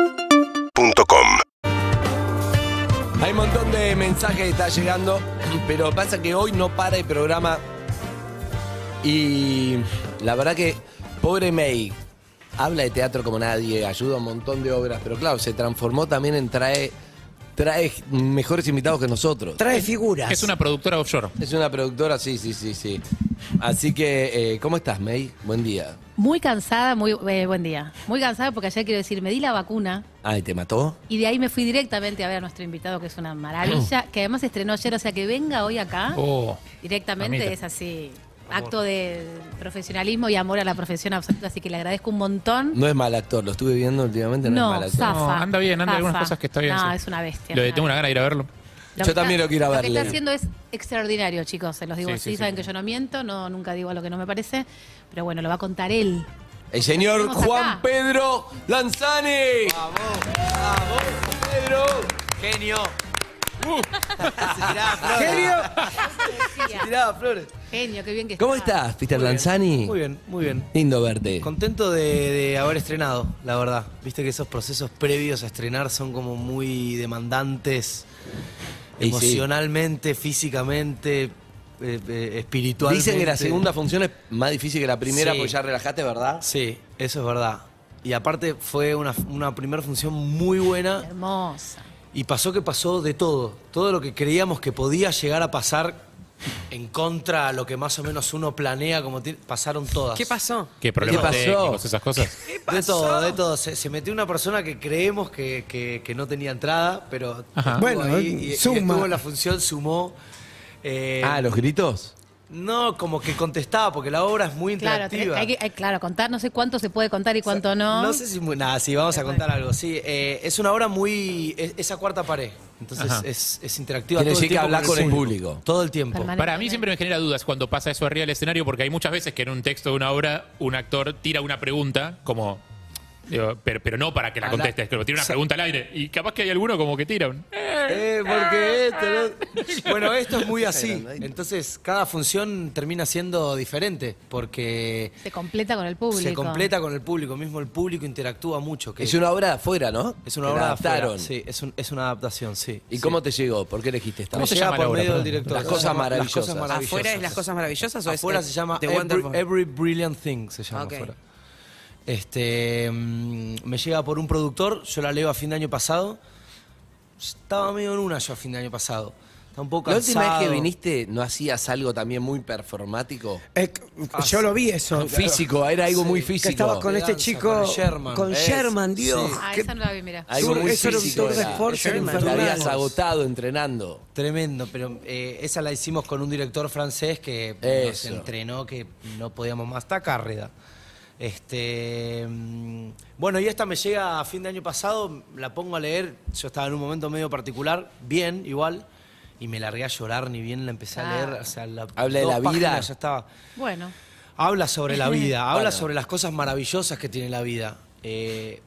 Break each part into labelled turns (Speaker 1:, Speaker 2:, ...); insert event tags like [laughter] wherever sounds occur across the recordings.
Speaker 1: UrbanaPlayFM.com
Speaker 2: Hay un montón de mensajes que está llegando, pero pasa que hoy no para el programa. Y la verdad que, pobre May, habla de teatro como nadie, ayuda a un montón de obras, pero claro, se transformó también en trae, trae mejores invitados que nosotros.
Speaker 3: Trae figuras.
Speaker 4: Es una productora offshore.
Speaker 2: Es una productora, sí, sí, sí, sí. Así que, eh, ¿cómo estás, May? Buen día.
Speaker 5: Muy cansada, muy eh, buen día. Muy cansada porque ayer quiero decir, me di la vacuna
Speaker 2: Ay, ¿te mató?
Speaker 5: y de ahí me fui directamente a ver a nuestro invitado, que es una maravilla, que además estrenó ayer, o sea que venga hoy acá
Speaker 4: Oh.
Speaker 5: directamente
Speaker 4: Mamita.
Speaker 5: es así. Acto de profesionalismo y amor a la profesión absoluta, así que le agradezco un montón.
Speaker 2: No es mal actor, lo estuve viendo últimamente, no, es mal actor.
Speaker 5: zafa.
Speaker 4: No, anda bien, anda, hay algunas
Speaker 5: zafa.
Speaker 4: cosas que está bien,
Speaker 5: No,
Speaker 4: sí.
Speaker 5: es una bestia.
Speaker 4: Lo de-
Speaker 5: una
Speaker 4: tengo una gana de ir a verlo.
Speaker 2: Yo
Speaker 5: Lo que
Speaker 2: también lo quiero ir a
Speaker 5: Lo que
Speaker 2: verle.
Speaker 5: está haciendo es extraordinario, chicos, se los digo
Speaker 4: Sí,
Speaker 5: así,
Speaker 4: sí, sí.
Speaker 5: saben que yo no miento, no nunca digo lo que no me parece, pero bueno, lo va a contar él.
Speaker 2: El señor
Speaker 5: Estamos acá.
Speaker 2: Juan Pedro Lanzani. Vamos, vamos, Pedro.
Speaker 3: [laughs] Genio.
Speaker 2: Genio.
Speaker 3: Tiraba flores.
Speaker 5: Genio, qué bien que
Speaker 2: ¿Cómo
Speaker 5: está.
Speaker 2: estás, Peter
Speaker 3: Muy bien,
Speaker 2: Lanzani?
Speaker 3: Muy bien, muy bien.
Speaker 2: Lindo verte.
Speaker 3: Contento de, de haber estrenado, la verdad. Viste que esos procesos previos a estrenar son como muy demandantes
Speaker 2: Y sí.
Speaker 3: emocionalmente, físicamente, eh, eh, espiritualmente.
Speaker 2: Dicen que la segunda función es más difícil que la primera
Speaker 3: Sí.
Speaker 2: porque ya relajaste, ¿verdad?
Speaker 3: Sí, eso es verdad. Y aparte fue una, una primera función muy buena.
Speaker 5: Hermosa.
Speaker 3: Y pasó que pasó de todo. Todo lo que creíamos que podía llegar a pasar en contra a lo que más o menos uno planea, como ti- pasaron todas.
Speaker 6: ¿Qué pasó?
Speaker 4: ¿Qué problemas
Speaker 2: pasó?
Speaker 4: técnicos, esas
Speaker 5: [laughs]
Speaker 4: cosas?
Speaker 3: De todo, de todo. Se, se metió una persona que creemos que, que- que no tenía entrada, pero
Speaker 4: Ajá.
Speaker 3: estuvo
Speaker 7: Bueno,
Speaker 3: ahí y, y
Speaker 7: suma.
Speaker 3: estuvo en la función, sumó. Eh,
Speaker 2: Ah, los gritos.
Speaker 3: No, como que contestaba, porque la obra es muy
Speaker 5: Claro, tenés-
Speaker 3: interactiva.
Speaker 5: hay que, hay- claro, contar, no sé cuánto se puede contar y cuánto no.
Speaker 3: No sé si. muy- Nada, sí, vamos a contar algo. Sí, eh, es una obra muy. es- esa cuarta pared. Entonces
Speaker 4: Ajá.
Speaker 3: es, es interactiva.
Speaker 2: Quiere
Speaker 3: todo
Speaker 2: decir
Speaker 3: el
Speaker 2: que
Speaker 3: tiempo
Speaker 2: hablas con el público.
Speaker 3: Todo el tiempo.
Speaker 5: Permanente.
Speaker 4: Para mí siempre me genera dudas cuando pasa eso arriba del escenario, porque hay muchas veces que en un texto de una obra un actor tira una pregunta, como. digo, pero, pero no para que la
Speaker 3: A la-
Speaker 4: contestes, que tira una
Speaker 3: O sea-
Speaker 4: pregunta al aire. Y capaz que hay alguno como que tira un.
Speaker 3: Eh, porque esto, lo- Bueno, esto es muy así. Entonces, cada función termina siendo diferente porque
Speaker 5: Se completa con el público.
Speaker 3: se completa con el público mismo. El público interactúa mucho. Que
Speaker 2: Es una obra de afuera, ¿no?
Speaker 3: es
Speaker 2: Que
Speaker 3: una
Speaker 2: la
Speaker 3: obra de afuera,
Speaker 2: adaptaron.
Speaker 3: Sí, es, un- es una adaptación, sí.
Speaker 2: ¿Y
Speaker 3: sí.
Speaker 2: cómo te llegó? ¿Por qué elegiste esta?
Speaker 3: Me
Speaker 4: ¿Cómo se
Speaker 3: llega
Speaker 4: llama la
Speaker 3: por
Speaker 4: obra,
Speaker 3: medio del
Speaker 4: perdón?
Speaker 3: director.
Speaker 2: Las cosas
Speaker 3: Las
Speaker 2: maravillosas.
Speaker 3: cosas maravillosas.
Speaker 6: ¿Afuera es las cosas maravillosas o es
Speaker 2: eh,
Speaker 3: Afuera
Speaker 6: el-
Speaker 3: se llama
Speaker 6: The
Speaker 3: every,
Speaker 6: Wonderful?
Speaker 3: Every Brilliant Thing, se llama
Speaker 6: Ok.
Speaker 3: afuera. Este, mm, me llega por un productor, yo la leo a fin de año pasado. Estaba medio en una yo a fin de año pasado. Estaba un poco
Speaker 2: La última vez
Speaker 3: cansado.
Speaker 2: que viniste, ¿no hacías algo también muy performático?
Speaker 7: Eh, yo lo vi eso.
Speaker 2: Físico, era algo muy
Speaker 7: Que
Speaker 2: físico.
Speaker 7: estaba con este
Speaker 3: Danza,
Speaker 7: chico.
Speaker 3: con Sherman.
Speaker 7: Con
Speaker 3: Es,
Speaker 7: Sherman, Dios.
Speaker 5: Ah,
Speaker 7: qué-
Speaker 5: esa no la vi, mira.
Speaker 2: Algo muy
Speaker 7: Eso era un
Speaker 2: físico.
Speaker 7: tour de
Speaker 2: era.
Speaker 7: esfuerzo
Speaker 6: Sherman.
Speaker 2: Te
Speaker 7: infernal.
Speaker 2: habías agotado entrenando.
Speaker 3: Tremendo, pero eh, esa la hicimos con un director francés que
Speaker 2: Eso.
Speaker 3: nos entrenó que no podíamos más. Está Cárreda. Este, mm, bueno, y esta me llega a fin de año pasado, la pongo a leer. Yo estaba en un momento medio particular, bien, igual, y me largué a llorar, ni bien la empecé a
Speaker 5: Ah.
Speaker 3: leer. O sea, la,
Speaker 2: Habla de
Speaker 3: dos
Speaker 2: la vida.
Speaker 3: páginas Ya estaba.
Speaker 5: Bueno,
Speaker 3: Habla sobre la vida, habla
Speaker 2: Bueno.
Speaker 3: sobre las cosas maravillosas que tiene la vida. Eh,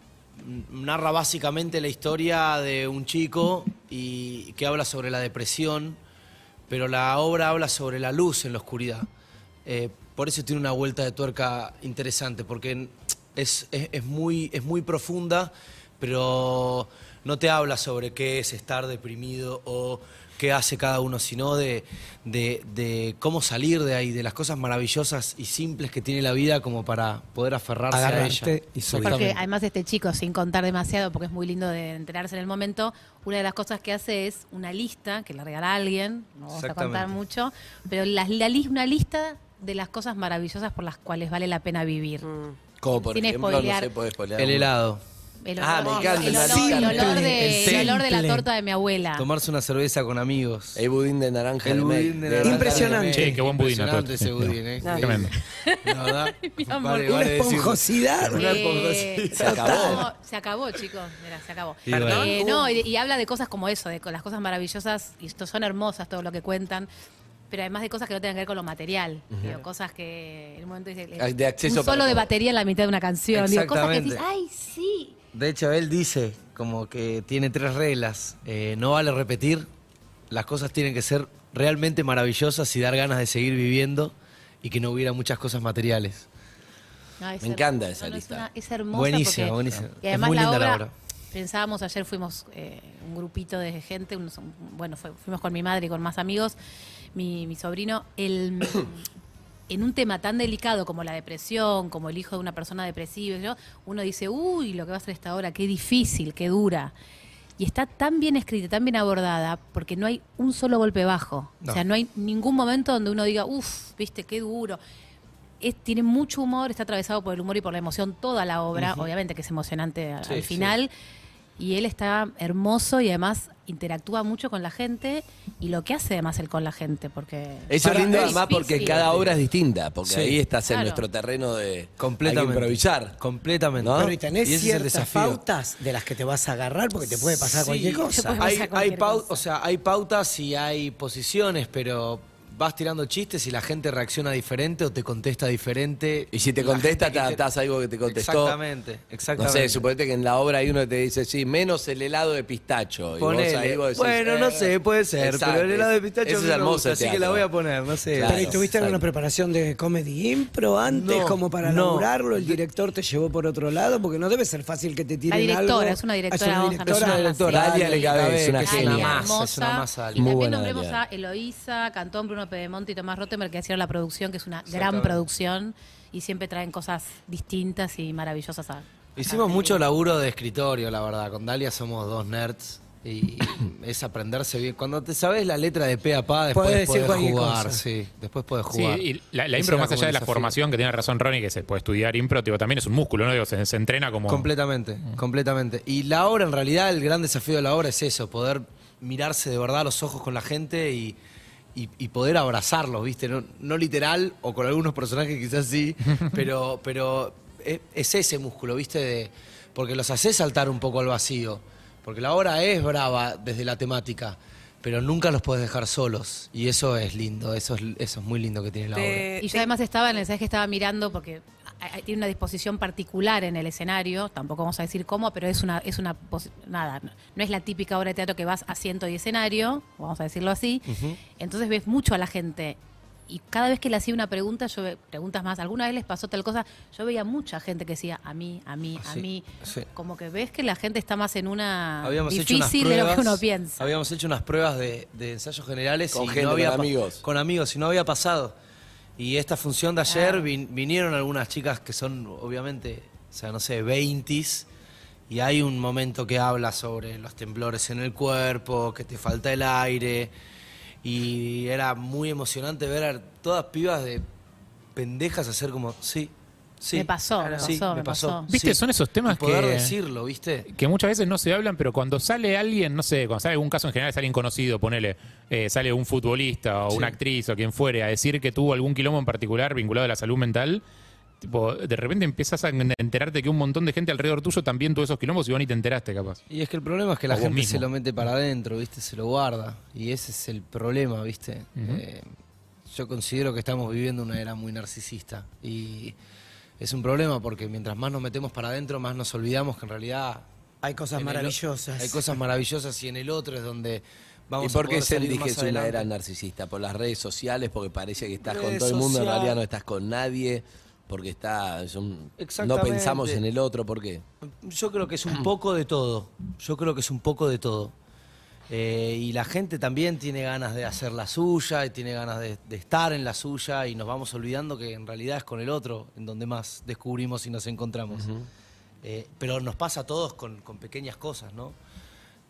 Speaker 3: n- narra básicamente la historia de un chico y que habla sobre la depresión, pero la obra habla sobre la luz en la oscuridad. Eh, por eso tiene una vuelta de tuerca interesante, porque en- es, es- es muy, es muy profunda, pero no te habla sobre qué es estar deprimido o qué hace cada uno, sino de, de- de cómo salir de ahí, de las cosas maravillosas y simples que tiene la vida como para poder aferrarse a
Speaker 7: Agarrarte
Speaker 3: ella.
Speaker 7: y subir.
Speaker 5: porque
Speaker 3: Exactamente.
Speaker 5: además este chico, sin contar demasiado, porque es muy lindo de enterarse en el momento, una de las cosas que hace es una lista que le regala a alguien, no vamos a contar
Speaker 3: Exactamente.
Speaker 5: mucho, pero la, la lis- una lista de las cosas maravillosas por las cuales vale la pena vivir.
Speaker 2: Como por
Speaker 5: Sin
Speaker 2: ejemplo,
Speaker 5: spoilear.
Speaker 2: no sé, podés spoilear.
Speaker 3: El helado.
Speaker 5: El
Speaker 2: Ah, me encanta,
Speaker 5: el
Speaker 2: la
Speaker 5: olor, el
Speaker 2: lista.
Speaker 5: olor de,
Speaker 7: Simple,
Speaker 5: el olor de la
Speaker 7: simple.
Speaker 5: torta de mi abuela.
Speaker 3: Tomarse una cerveza con amigos.
Speaker 2: El budín de naranja.
Speaker 3: El
Speaker 2: de May.
Speaker 3: budín de naranja
Speaker 7: Impresionante.
Speaker 3: de May.
Speaker 4: Sí, qué buen budín,
Speaker 3: Impresionante ese
Speaker 4: Nacho.
Speaker 3: budín, eh.
Speaker 6: No.
Speaker 4: Tremendo.
Speaker 3: [laughs] La verdad,
Speaker 5: Mi amor.
Speaker 3: vale,
Speaker 7: Una
Speaker 3: vale decirlo.
Speaker 7: esponjosidad.
Speaker 3: Una esponjosidad.
Speaker 5: Eh,
Speaker 2: Se acabó.
Speaker 5: no, se acabó, chicos. Mira, se acabó.
Speaker 3: Y bueno.
Speaker 5: Eh, no, y, y habla de cosas como eso, de co- las cosas maravillosas, y esto son hermosas todo lo que cuentan, pero además de cosas que no tengan que ver con lo material. digo, cosas que en un momento dice.
Speaker 2: Ah, de acceso
Speaker 5: un solo
Speaker 2: para
Speaker 5: de
Speaker 2: todo.
Speaker 5: batería en la mitad de una canción. Digo, cosas que
Speaker 3: Exactamente.
Speaker 5: decís, ay, sí.
Speaker 3: De hecho, él dice como que tiene tres reglas. Eh, no vale repetir. Las cosas tienen que ser realmente maravillosas y dar ganas de seguir viviendo y que no hubiera muchas cosas materiales.
Speaker 5: No, es
Speaker 2: Me
Speaker 5: her-
Speaker 2: encanta esa
Speaker 5: no, no, es
Speaker 2: lista.
Speaker 5: una- Es, hermosa.
Speaker 3: Buenísima,
Speaker 5: porque-
Speaker 3: buenísima.
Speaker 5: Y
Speaker 3: Es
Speaker 5: además
Speaker 3: muy
Speaker 5: la,
Speaker 3: linda
Speaker 5: obra,
Speaker 3: la obra.
Speaker 5: Pensábamos, ayer fuimos eh, un grupito de gente, unos- un- bueno, fue- fuimos con mi madre y con más amigos, mi, mi sobrino, el,
Speaker 3: [coughs]
Speaker 5: en un tema tan delicado como la depresión, como el hijo de una persona depresiva, ¿no? uno dice, uy, lo que va a ser esta obra, qué difícil, qué dura. Y está tan bien escrita, tan bien abordada, porque no hay un solo golpe bajo.
Speaker 3: No.
Speaker 5: O sea, no hay ningún momento donde uno diga, uff, viste, qué duro es- tiene mucho humor, está atravesado por el humor y por la emoción toda la obra, obviamente que es emocionante a-
Speaker 3: Sí,
Speaker 5: al
Speaker 3: sí.
Speaker 5: final. Y él está hermoso y además interactúa mucho con la gente y lo que hace además él con la gente, porque...
Speaker 2: Eso es
Speaker 5: Para-
Speaker 2: lindo
Speaker 5: es
Speaker 2: además porque
Speaker 5: difícil.
Speaker 2: cada obra es distinta, porque
Speaker 3: Sí.
Speaker 2: ahí estás en
Speaker 5: Claro.
Speaker 2: nuestro terreno de
Speaker 3: Completamente.
Speaker 2: hay que improvisar.
Speaker 3: Completamente.
Speaker 2: ¿No?
Speaker 7: Pero y tenés
Speaker 3: ¿Ah? ese es el
Speaker 7: ciertas
Speaker 3: desafío.
Speaker 7: pautas de las que te vas a agarrar porque te puede pasar
Speaker 3: Sí,
Speaker 7: cualquier
Speaker 5: te puede
Speaker 7: cosa.
Speaker 5: pasar
Speaker 3: Hay, hay
Speaker 5: cualquier
Speaker 3: pau-
Speaker 5: cosa.
Speaker 3: o sea, hay pautas y hay posiciones, pero vas tirando chistes y la gente reacciona diferente o te contesta diferente.
Speaker 2: Y si te
Speaker 3: La
Speaker 2: contesta,
Speaker 3: gente que
Speaker 2: te
Speaker 3: te-
Speaker 2: adaptás a algo que te contestó.
Speaker 3: Exactamente,
Speaker 2: No
Speaker 3: exactamente.
Speaker 2: sé, suponete que en la obra hay uno que te dice, sí, menos el helado de pistacho.
Speaker 3: Ponele.
Speaker 2: Y vos ahí vos decís,
Speaker 3: bueno, no
Speaker 2: eh,
Speaker 3: sé, puede ser,
Speaker 2: exacto,
Speaker 3: pero el helado de pistacho
Speaker 2: ese
Speaker 3: a mí
Speaker 2: es
Speaker 3: me
Speaker 2: hermoso
Speaker 3: gusta,
Speaker 2: el
Speaker 3: así que la
Speaker 2: teatro.
Speaker 3: voy a poner, no sé.
Speaker 2: Claro.
Speaker 7: Pero ¿y ¿Tuviste alguna preparación de comedy impro antes,
Speaker 3: No,
Speaker 7: como para
Speaker 3: no.
Speaker 7: inaugurarlo? ¿El director te llevó por otro lado? Porque no debe ser fácil que te
Speaker 5: La
Speaker 7: tiren
Speaker 5: directora,
Speaker 7: algo.
Speaker 5: es una directora,
Speaker 7: Ah,
Speaker 5: vamos a
Speaker 3: Es una
Speaker 5: Ah,
Speaker 3: directora,
Speaker 5: sí.
Speaker 3: Dalia Lecabé,
Speaker 2: Es una
Speaker 5: Ay,
Speaker 2: genia.
Speaker 5: qué
Speaker 3: hermosa, Es una masa.
Speaker 5: Y
Speaker 2: Muy
Speaker 5: también
Speaker 2: buena,
Speaker 5: nombremos
Speaker 2: Dalia.
Speaker 5: a Eloísa, Cantón, Bruno Pedemonte y Tomás Rotemer, que hicieron la producción, que es una gran
Speaker 3: Exactamente.
Speaker 5: producción y siempre traen cosas distintas y maravillosas. A,
Speaker 3: Hicimos mucho laburo de escritorio, la verdad. Con Dalia somos dos nerds
Speaker 7: [coughs]
Speaker 3: y es aprenderse bien. Cuando te sabes la letra de pe a pa, después
Speaker 7: Podés
Speaker 3: podés,
Speaker 7: decir cualquier
Speaker 3: jugar,
Speaker 7: cosa.
Speaker 3: sí. Después podés
Speaker 4: Sí,
Speaker 3: jugar.
Speaker 4: y la, la
Speaker 3: Ese
Speaker 4: impro,
Speaker 3: era como
Speaker 4: más allá de
Speaker 3: el
Speaker 4: la
Speaker 3: desafío.
Speaker 4: formación, que tiene razón Ronnie, que se puede estudiar impro, digo, también es un músculo, ¿no? Digo, se, se entrena como.
Speaker 3: Completamente, completamente. Y la obra, en realidad, el gran desafío de la obra es eso, poder mirarse de verdad a los ojos con la gente y, y- y poder abrazarlos, ¿viste? No, no literal, o con algunos personajes quizás sí, pero, pero e- es ese músculo, ¿viste? De- porque los hace saltar un poco al vacío. Porque la obra es brava desde la temática, pero nunca los puedes dejar solos. Y eso es lindo, eso es, eso es muy lindo que tiene la obra.
Speaker 1: Te-
Speaker 5: Y yo
Speaker 1: te-
Speaker 5: además estaba en el que estaba mirando porque a- a- tiene una disposición particular en el escenario, tampoco vamos a decir cómo, pero es una es una pos- nada, no, no es la típica obra de teatro que vas asiento y escenario, vamos a decirlo así. Entonces ves mucho a la gente y cada vez que le hacía una pregunta, yo ve- preguntas más, alguna vez les pasó tal cosa, yo veía mucha gente que decía a mí, a mí, a
Speaker 3: Sí,
Speaker 5: mí,
Speaker 3: sí.
Speaker 5: como que ves que la gente está más en una
Speaker 3: Habíamos hecho unas
Speaker 5: difícil de lo que
Speaker 3: pruebas,
Speaker 5: uno piensa.
Speaker 3: Habíamos hecho unas pruebas de, de ensayos generales
Speaker 2: Con
Speaker 3: y
Speaker 2: gente,
Speaker 3: no había
Speaker 2: con
Speaker 3: pa-
Speaker 2: amigos.
Speaker 3: Con amigos, y no había pasado. Y esta función de
Speaker 5: Ah.
Speaker 3: ayer vin- vinieron algunas chicas que son, obviamente, o sea, no sé, 20 y hay un momento que habla sobre los temblores en el cuerpo, que te falta el aire. Y era muy emocionante ver a todas pibas de pendejas hacer como, sí, sí.
Speaker 5: Me pasó, me
Speaker 3: sí,
Speaker 5: pasó, me pasó.
Speaker 4: Viste, son esos temas
Speaker 3: Y poder
Speaker 4: que-
Speaker 3: decirlo, ¿viste?
Speaker 4: que muchas veces no se hablan, pero cuando sale alguien, no sé, cuando sale algún caso en general, es alguien conocido, ponele, eh, sale un futbolista o una actriz o quien fuere a decir que tuvo algún quilombo en particular vinculado a la salud mental, tipo, de repente empiezas a en- enterarte que un montón de gente alrededor tuyo también tuvo esos quilombos y vos ni te enteraste, capaz.
Speaker 3: Y es que el problema es que la
Speaker 4: O vos
Speaker 3: gente
Speaker 4: mismo.
Speaker 3: se lo mete para adentro, ¿viste? Se lo guarda. Y ese es el problema, ¿viste? Eh, yo considero que estamos viviendo una era muy narcisista. Y es un problema porque mientras más nos metemos para adentro, más nos olvidamos que en realidad.
Speaker 7: Hay cosas
Speaker 3: en el o-
Speaker 7: maravillosas.
Speaker 3: hay cosas maravillosas y en el otro es donde vamos
Speaker 2: ¿Y por qué
Speaker 3: a poder salir
Speaker 2: sentís que
Speaker 3: más
Speaker 2: es una
Speaker 3: adelante.
Speaker 2: era narcisista? ¿Por las redes sociales? Porque parece que estás con
Speaker 3: Redes
Speaker 2: todo el mundo, en
Speaker 3: social.
Speaker 2: realidad no estás con nadie. Porque está, es un- no
Speaker 3: Exactamente.
Speaker 2: pensamos en el otro, ¿por qué?
Speaker 3: Yo creo que es [clears throat] un poco de todo. Yo creo que es un poco de todo. Eh, y la gente también tiene ganas de hacer la suya y tiene ganas de, de estar en la suya y nos vamos olvidando que en realidad es con el otro en donde más descubrimos y nos encontramos. Eh, pero nos pasa a todos con, con pequeñas cosas, ¿no?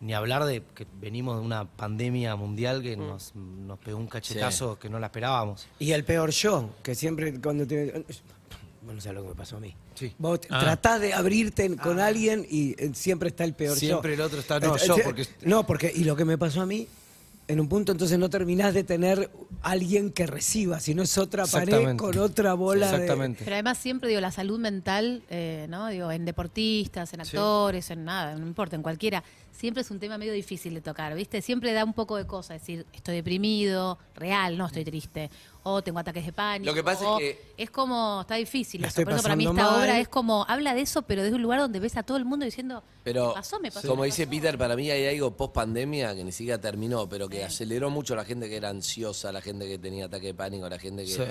Speaker 3: Ni hablar de que venimos de una pandemia mundial
Speaker 7: Mm.
Speaker 3: que nos, nos pegó un cachetazo que no la esperábamos.
Speaker 7: Y el peor yo, que siempre cuando te... Bueno, sabes lo que me pasó a mí.
Speaker 3: Sí.
Speaker 7: Vos te-
Speaker 4: Ah.
Speaker 7: tratás de abrirte con alguien y eh, siempre está el peor yo.
Speaker 3: Ah. Siempre el otro está, no,
Speaker 7: Eh,
Speaker 3: yo,
Speaker 7: eh,
Speaker 3: porque-
Speaker 7: No, porque... Y lo que me pasó a mí, en un punto entonces no terminás de tener alguien que reciba, sino es otra pared
Speaker 3: Exactamente.
Speaker 7: con otra bola de-
Speaker 3: Exactamente.
Speaker 5: Pero además siempre digo, la salud mental, eh, ¿no? Digo, en deportistas, en actores, en nada, no importa, en cualquiera, siempre es un tema medio difícil de tocar, ¿viste? Siempre da un poco de cosa, decir, estoy deprimido, real, no estoy triste, o tengo ataques de pánico.
Speaker 2: Lo que pasa es
Speaker 5: o-
Speaker 2: que-
Speaker 5: Es como, está difícil
Speaker 7: La
Speaker 5: eso.
Speaker 7: estoy
Speaker 5: Por eso para mí
Speaker 7: pasando
Speaker 5: esta
Speaker 7: mal.
Speaker 5: obra es como, habla de eso, pero desde un lugar donde ves a todo el mundo diciendo,
Speaker 2: Pero,
Speaker 5: me pasó, me pasó.
Speaker 2: como
Speaker 5: me
Speaker 2: dice
Speaker 5: pasó".
Speaker 2: Peter, para mí hay algo post pandemia que ni siquiera terminó, pero que aceleró mucho a la gente que era ansiosa, a la gente que tenía ataque de pánico, a la gente que
Speaker 3: Sí.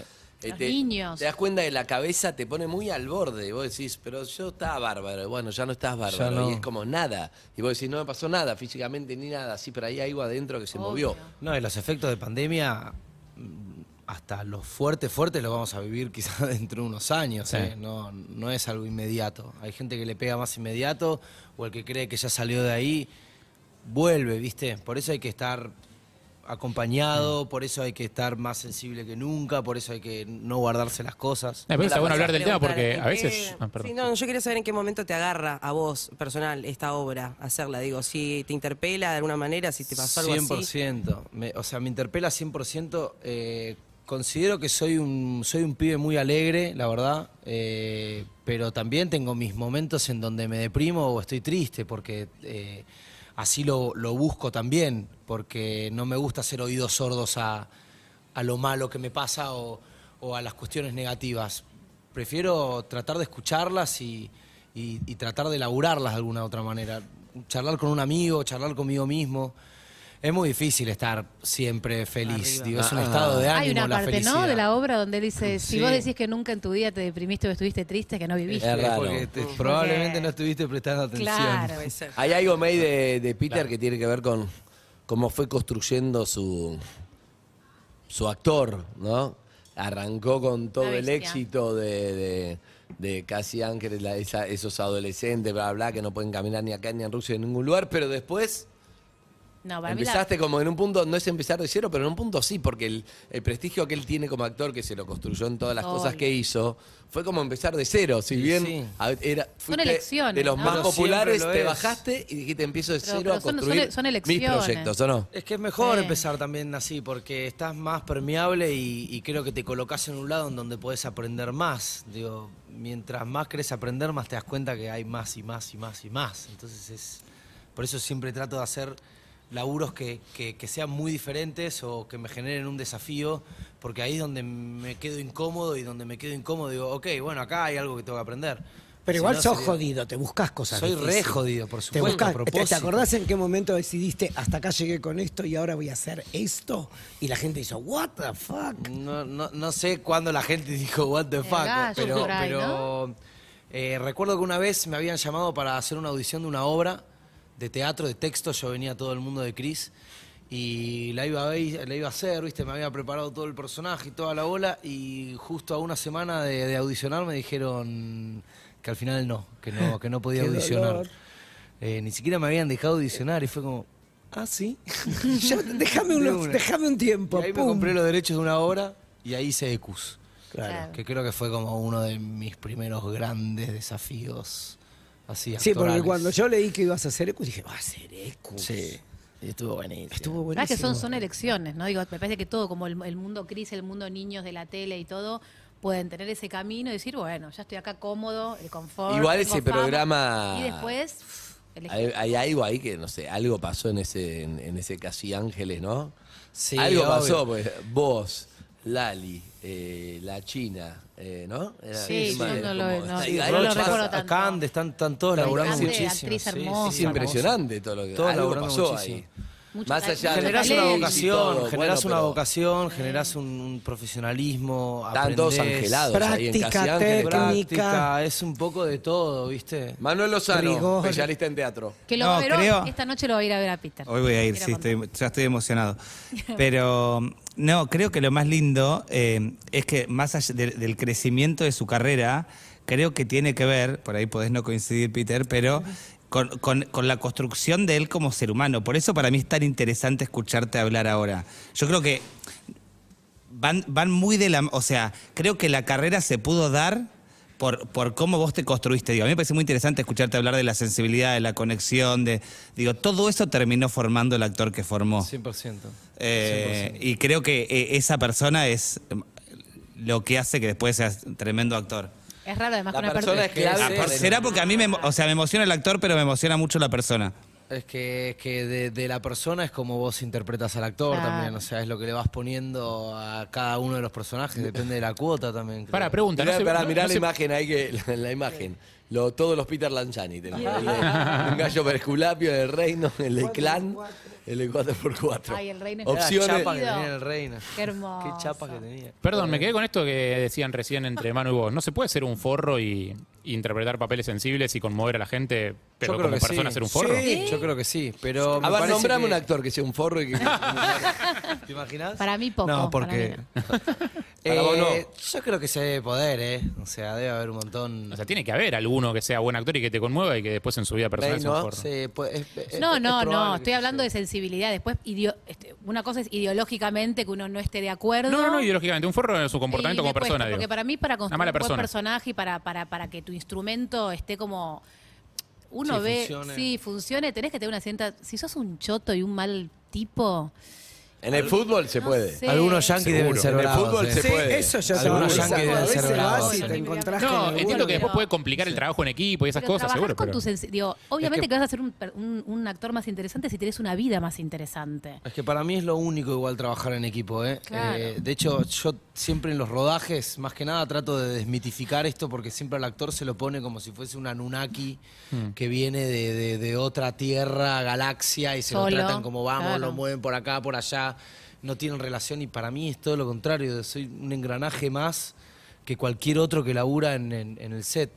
Speaker 5: Los
Speaker 2: te,
Speaker 5: niños.
Speaker 2: Te das cuenta que la cabeza te pone muy al borde. Y vos decís, pero yo estaba bárbaro. Bueno, ya no estás bárbaro.
Speaker 7: no.
Speaker 2: Y es como nada. Y vos decís, no me pasó nada físicamente ni nada. Sí, pero ahí hay algo adentro que se
Speaker 5: Obvio.
Speaker 2: movió.
Speaker 3: No, y los efectos de pandemia, mm, hasta los fuertes, fuertes los vamos a vivir [laughs] quizás dentro de unos años.
Speaker 4: Sí.
Speaker 3: ¿eh? No, no es algo inmediato. Hay gente que le pega más inmediato o el que cree que ya salió de ahí, vuelve, ¿viste? Por eso hay que estar acompañado, por eso hay que estar más sensible que nunca, por eso hay que no guardarse las cosas.
Speaker 4: Eh, pero está bueno hablar del tema
Speaker 1: preguntar,
Speaker 4: porque
Speaker 1: ¿en
Speaker 4: a veces.
Speaker 1: qué-
Speaker 4: ah, perdón.
Speaker 1: Sí, no, yo quería saber en qué momento te agarra a vos, personal, esta obra, hacerla. Digo, si te interpela de alguna manera, si te pasó algo así.
Speaker 3: 100%. Me- o sea, me interpela 100%. eh, considero que soy un, soy un pibe muy alegre, la verdad. eh, pero también tengo mis momentos en donde me deprimo o estoy triste, porque eh, así lo, lo busco también. Porque no me gusta hacer oídos sordos a, a lo malo que me pasa o, o a las cuestiones negativas. Prefiero tratar de escucharlas y, y- y tratar de laburarlas de alguna u otra manera. Charlar con un amigo, charlar conmigo mismo. Es muy difícil estar siempre feliz.
Speaker 1: Arriba.
Speaker 3: Digo, es un estado de ánimo
Speaker 5: Ah, Hay una
Speaker 3: la
Speaker 5: parte,
Speaker 3: felicidad.
Speaker 5: ¿no? De la obra donde él dice, si
Speaker 3: Sí.
Speaker 5: vos decís que nunca en tu vida te deprimiste o estuviste triste, que no
Speaker 3: Es
Speaker 5: viviste. Eh.
Speaker 2: Es raro.
Speaker 3: porque te- probablemente no estuviste prestando atención.
Speaker 5: Claro.
Speaker 1: Puede ser.
Speaker 2: Hay algo, May, de, de Peter que tiene que ver con cómo fue construyendo su, su actor, ¿no? Arrancó con todo el
Speaker 5: bestia.
Speaker 2: éxito de, de, de Casi Ángeles, la- esa- esos adolescentes, bla, bla, que no pueden caminar ni acá, ni en Rusia, en ningún lugar, pero después...
Speaker 5: No, para mí la-
Speaker 2: Empezaste como en un punto, no es empezar de cero, pero en un punto sí, porque el, el prestigio que él tiene como actor, que se lo construyó en todas las
Speaker 5: Obvio.
Speaker 2: cosas que hizo, fue como empezar de cero. Si
Speaker 3: Y
Speaker 2: bien
Speaker 3: sí.
Speaker 2: a- era, fuiste
Speaker 5: elecciones,
Speaker 2: de los
Speaker 5: ¿no?
Speaker 2: más
Speaker 3: Pero
Speaker 2: populares,
Speaker 3: siempre lo
Speaker 2: te
Speaker 3: es.
Speaker 2: bajaste y dijiste empiezo de
Speaker 5: Pero-
Speaker 2: cero
Speaker 5: pero
Speaker 2: a
Speaker 5: son- son-
Speaker 2: construir
Speaker 5: son
Speaker 2: mis
Speaker 5: elecciones.
Speaker 2: proyectos, ¿o no?
Speaker 3: Es que es mejor
Speaker 5: Sí.
Speaker 3: empezar también así, porque estás más permeable y, y creo que te colocas en un lado en donde podés aprender más. Digo, mientras más querés aprender, más te das cuenta que hay más y más y más y más. Entonces es. Por eso siempre trato de hacer laburos que, que- que sean muy diferentes o que me generen un desafío, porque ahí es donde me quedo incómodo y donde me quedo incómodo digo, ok, bueno, acá hay algo que tengo que aprender.
Speaker 7: Pero
Speaker 3: Si
Speaker 7: igual
Speaker 3: no,
Speaker 7: sos
Speaker 3: sería-
Speaker 7: jodido, te buscas cosas
Speaker 3: Soy re
Speaker 7: difíciles.
Speaker 3: jodido, por
Speaker 7: Te,
Speaker 3: supuesto,
Speaker 7: buscas-
Speaker 3: a
Speaker 7: te- ¿Te,
Speaker 3: propósito.
Speaker 7: acordás en qué momento decidiste hasta acá llegué con esto y ahora voy a hacer esto? Y la gente hizo, ¿What the fuck?
Speaker 3: No, no, no sé cuándo la gente [laughs] dijo what the
Speaker 5: El
Speaker 3: fuck,
Speaker 5: gallo
Speaker 3: pero,
Speaker 5: por ahí,
Speaker 3: pero, eh, recuerdo que una vez me habían llamado para hacer una audición de una obra de teatro, de texto, yo venía todo el mundo de Cris y la iba, a, ver- la iba a hacer, viste, me había preparado todo el personaje y toda la bola y justo a una semana de, de audicionar me dijeron que al final no, que no, que no podía
Speaker 5: [laughs]
Speaker 7: Qué
Speaker 3: audicionar.
Speaker 7: dolor.
Speaker 3: Eh, ni siquiera me habían dejado audicionar y fue como, ah, [laughs] sí.
Speaker 7: Yo-
Speaker 3: De
Speaker 7: déjame, un,
Speaker 3: una.
Speaker 7: déjame un tiempo.
Speaker 3: Y ahí me
Speaker 7: pum.
Speaker 3: compré los derechos de una obra y ahí hice EQs.
Speaker 5: Claro.
Speaker 3: Que creo que fue como uno de mis primeros grandes desafíos. Así,
Speaker 7: Sí, porque
Speaker 3: actorales.
Speaker 7: cuando yo leí que ibas a hacer Ecus, dije, va a hacer Ecus.
Speaker 3: Sí, y estuvo buenísimo.
Speaker 7: Estuvo
Speaker 5: verdad
Speaker 7: buenísimo.
Speaker 5: Ah, que son, son elecciones, ¿no? Digo, me parece que todo, como el, el mundo Cris, el mundo niños de la tele y todo, pueden tener ese camino y decir, bueno, ya estoy acá cómodo, el confort.
Speaker 2: Igual
Speaker 5: tengo
Speaker 2: ese
Speaker 5: fama.
Speaker 2: programa-
Speaker 5: Y después, uff, elegí.
Speaker 2: Hay, hay algo ahí que, no sé, algo pasó en ese, en, en ese Casi Ángeles, ¿no?
Speaker 3: Sí,
Speaker 2: algo
Speaker 3: obvio.
Speaker 2: pasó, pues vos, Lali, eh, la China, eh, ¿no? Era-
Speaker 5: Sí,
Speaker 2: es
Speaker 5: yo
Speaker 2: más,
Speaker 5: no
Speaker 2: era
Speaker 5: lo-
Speaker 2: como-
Speaker 5: no,
Speaker 2: hay-
Speaker 5: no
Speaker 2: hay
Speaker 5: lo
Speaker 2: algo
Speaker 3: Rocha,
Speaker 2: que
Speaker 5: recuerdo
Speaker 2: pasa.
Speaker 5: tanto.
Speaker 3: acá Ande, están, están todos laburando
Speaker 5: Cante,
Speaker 3: muchísimo.
Speaker 5: actriz
Speaker 3: sí, sí,
Speaker 5: hermosa,
Speaker 2: Es
Speaker 5: Sí,
Speaker 2: impresionante todo lo que
Speaker 3: Todo
Speaker 2: algo
Speaker 3: laburando
Speaker 2: pasó
Speaker 3: muchísimo.
Speaker 2: ahí.
Speaker 5: Mucho
Speaker 2: Más
Speaker 5: talento.
Speaker 2: allá de
Speaker 3: Generás una
Speaker 5: Talento y
Speaker 3: vocación,
Speaker 2: todo,
Speaker 3: generás
Speaker 2: bueno,
Speaker 3: una
Speaker 2: pero-
Speaker 3: vocación, generás un, un profesionalismo.
Speaker 2: Están todos
Speaker 3: aprendés.
Speaker 2: angelados ahí en Casi
Speaker 7: Práctica,
Speaker 2: Ángeles.
Speaker 7: técnica.
Speaker 3: Práctica, es un poco de todo, ¿viste?
Speaker 2: Manuel Lozano,
Speaker 7: Rigor.
Speaker 2: especialista en teatro.
Speaker 5: Que lo
Speaker 6: No,
Speaker 5: va a ver hoy.
Speaker 6: creo-
Speaker 5: esta noche lo va a ir a ver a Peter.
Speaker 6: Hoy voy a ir,
Speaker 5: Quiero
Speaker 6: sí,
Speaker 5: contar.
Speaker 6: estoy- ya estoy emocionado. Pero no, creo que lo más lindo eh, es que más allá de- del crecimiento de su carrera, creo que tiene que ver, por ahí podés no coincidir, Peter, pero con, con- con la construcción de él como ser humano. Por eso para mí es tan interesante escucharte hablar ahora. Yo creo que van, van muy de la... O sea, creo que la carrera se pudo dar por, por cómo vos te construiste. Digo, a mí me parece muy interesante escucharte hablar de la sensibilidad, de la conexión, de... Digo, todo eso terminó formando el actor que formó.
Speaker 3: 100%.
Speaker 6: Eh, y creo que eh, esa persona es eh, lo que hace que después seas tremendo actor.
Speaker 5: Es raro, además,
Speaker 2: La
Speaker 5: que una
Speaker 2: persona es
Speaker 6: Ah,
Speaker 2: clave.
Speaker 6: por- será porque a mí
Speaker 2: [laughs]
Speaker 6: me, emo- o sea, me emociona el actor, pero me emociona mucho la persona.
Speaker 3: Es que, es que de, de la persona es como vos interpretas al actor
Speaker 5: Claro.
Speaker 3: también, o sea, es lo que le vas poniendo a cada uno de los personajes, depende de la cuota también. creo.
Speaker 4: Para, pregunta.
Speaker 2: Mirá,
Speaker 4: no se-
Speaker 2: pará,
Speaker 4: no-
Speaker 2: mirá
Speaker 4: no
Speaker 2: la
Speaker 4: se-
Speaker 2: imagen ahí que. La, la imagen. Lo- todos los Peter Lanzani tenemos. El de- un gallo peresculapio del reino, el de clan, el de 4x4.
Speaker 5: Ay, el reino es
Speaker 3: Era
Speaker 2: Opciones.
Speaker 3: chapa que
Speaker 5: Ido.
Speaker 3: tenía el reina.
Speaker 5: Qué hermoso.
Speaker 3: Qué chapa que tenía.
Speaker 4: Perdón, me quedé con esto que decían recién entre Manu y vos. No se puede ser un forro y, y interpretar papeles sensibles y conmover a la gente, pero
Speaker 3: Yo creo
Speaker 4: como
Speaker 3: que
Speaker 4: persona
Speaker 3: sí.
Speaker 4: ser un forro.
Speaker 3: Sí, yo creo que sí. Pero me
Speaker 2: A ver,
Speaker 3: parece
Speaker 2: nombrame
Speaker 3: que-
Speaker 2: un actor que sea un forro y que.
Speaker 3: ¿Te imaginas?
Speaker 5: Para mí poco.
Speaker 6: No,
Speaker 5: para
Speaker 6: porque.
Speaker 5: mí
Speaker 2: Para vos no.
Speaker 3: eh, Yo creo que se debe poder, ¿eh? O sea, debe haber un montón.
Speaker 4: O sea, tiene que haber alguno que sea buen actor y que te conmueva y que después en su vida personal
Speaker 3: Rey,
Speaker 4: sea un
Speaker 3: ¿no?
Speaker 4: forro.
Speaker 3: Sí, puede- es- es-
Speaker 5: No,
Speaker 3: es
Speaker 5: no,
Speaker 3: probable
Speaker 5: no.
Speaker 3: que
Speaker 5: Estoy
Speaker 3: sea.
Speaker 5: hablando de sensibilidad. Después, ideo- este, una cosa es ideológicamente que uno no esté de acuerdo.
Speaker 4: No, no, ideológicamente. Un forro en su comportamiento
Speaker 5: Y
Speaker 4: como
Speaker 5: me cuesta,
Speaker 4: persona,
Speaker 5: Porque
Speaker 4: digo.
Speaker 5: para mí, para
Speaker 4: Una mala
Speaker 5: construir un buen
Speaker 4: persona.
Speaker 5: personaje y para, para, para que tu instrumento esté como. Uno
Speaker 3: Sí,
Speaker 5: ve.
Speaker 3: funcione.
Speaker 5: Sí, funcione. Tenés que tener una cierta. Si sos un choto y un mal tipo.
Speaker 2: En el fútbol se
Speaker 5: no
Speaker 2: puede.
Speaker 5: sé.
Speaker 3: Algunos yanquis
Speaker 2: Seguro.
Speaker 3: deben ser
Speaker 2: En el
Speaker 3: bravos.
Speaker 2: fútbol
Speaker 3: ¿eh?
Speaker 2: se
Speaker 7: Sí,
Speaker 2: puede.
Speaker 7: eso ya te
Speaker 3: Algunos
Speaker 7: va a
Speaker 3: yanquis
Speaker 7: avisar.
Speaker 3: deben ser
Speaker 7: A veces
Speaker 3: bravos,
Speaker 7: vas y
Speaker 3: ¿eh?
Speaker 7: te encontrás con
Speaker 4: No,
Speaker 7: alguno
Speaker 4: entiendo que
Speaker 5: pero-
Speaker 7: que-
Speaker 4: después puede complicar el trabajo en equipo y esas
Speaker 5: Pero
Speaker 4: cosas,
Speaker 5: trabajás
Speaker 4: seguro.
Speaker 5: con
Speaker 4: pero-
Speaker 5: tu sensi- digo, obviamente que... vas a ser un, per- un- un actor más interesante si tenés una vida más
Speaker 2: [laughs]
Speaker 5: interesante.
Speaker 3: Es que para mí es lo único igual trabajar en equipo, ¿eh?
Speaker 5: Claro.
Speaker 3: Eh, de hecho, yo siempre en los rodajes, más que nada, trato de desmitificar esto porque siempre al actor se lo pone como si fuese un Anunnaki que viene de, de- de otra tierra, galaxia, y se
Speaker 5: Solo,
Speaker 3: lo tratan como vamos,
Speaker 5: claro.
Speaker 3: lo mueven por acá, por allá, no tienen relación, y para mí es todo lo contrario, soy un engranaje más que cualquier otro que labura en, en- en el set.